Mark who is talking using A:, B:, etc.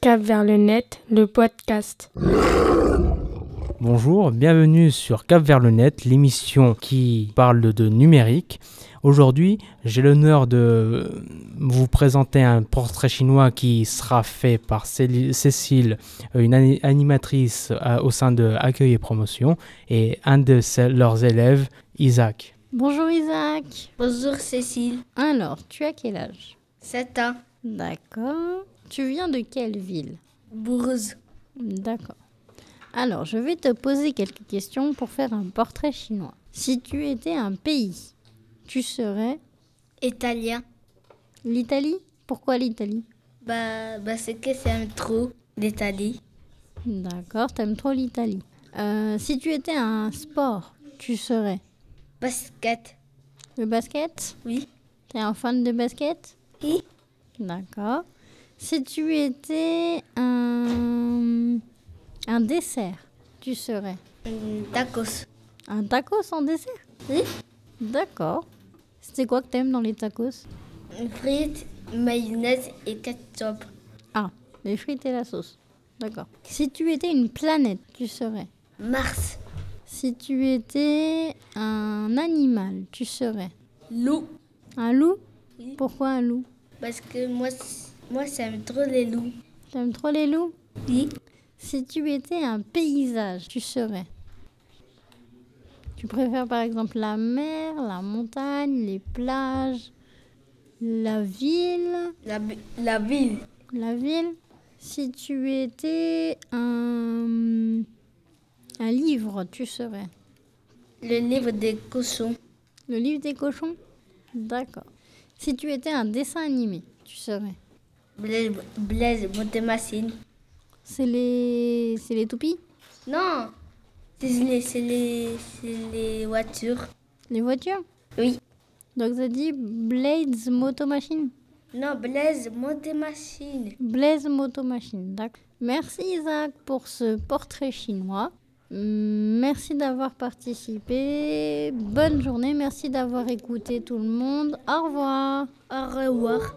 A: Cap vers le net, le podcast.
B: Bonjour, bienvenue sur Cap vers le net, l'émission qui parle de numérique. Aujourd'hui, j'ai l'honneur de vous présenter un portrait chinois qui sera fait par Céli- Cécile, euh, une ani- animatrice euh, au sein de Accueil et Promotion, et un de ses- leurs élèves, Isaac.
C: Bonjour Isaac.
D: Bonjour Cécile,
C: Alors, tu as quel âge
D: 7 ans,
C: D'accord. Tu viens de quelle ville
D: Bourse.
C: D'accord. Alors, je vais te poser quelques questions pour faire un portrait chinois. Si tu étais un pays, tu serais
D: italien.
C: l'Italie Pourquoi l'Italie
D: Bah, parce que c'est un trou d'Italie.
C: D'accord, t'aimes trop l'Italie. Euh, si tu étais un sport, tu serais
D: Basket,
C: le basket
D: oui.
C: T'es un fan de basket
D: Oui.
C: D'accord. Si tu étais un, un dessert, tu serais
D: Hum, tacos,
C: un tacos en dessert
D: oui.
C: D'accord. C'est quoi que t'aimes dans les tacos
D: Frites, mayonnaise et ketchup.
C: Ah, les frites et la sauce. D'accord. Si tu étais une planète, tu serais.
D: Mars,
C: Si tu étais un animal, tu serais.
D: loup.
C: Un loup
D: Oui.
C: Pourquoi un loup
D: Parce que moi, c- moi j'aime trop les loups.
C: T'aimes trop les loups
D: Oui.
C: Si tu étais un paysage, tu serais. Tu préfères par exemple la mer, la montagne, les plages, la ville,
D: La, bu- la ville,
C: la ville. Si tu étais un, un livre, tu serais.
D: le livre des cochons.
C: Le livre des cochons D'accord. Si tu étais un dessin animé, tu serais.
D: Blaise, Blaise Montemassine.
C: C'est les, c'est les toupies
D: Non, c'est les, c'est les, c'est les voitures.
C: Les voitures
D: Oui.
C: Donc ça dit Blades Moto Machine
D: Non, Blaise Montemassine.
C: Blaise Motomachine, d'accord. Merci Isaac pour ce portrait chinois. Hum, Merci d'avoir participé. Bonne journée, merci d'avoir écouté tout le monde. Au revoir.
D: Au revoir.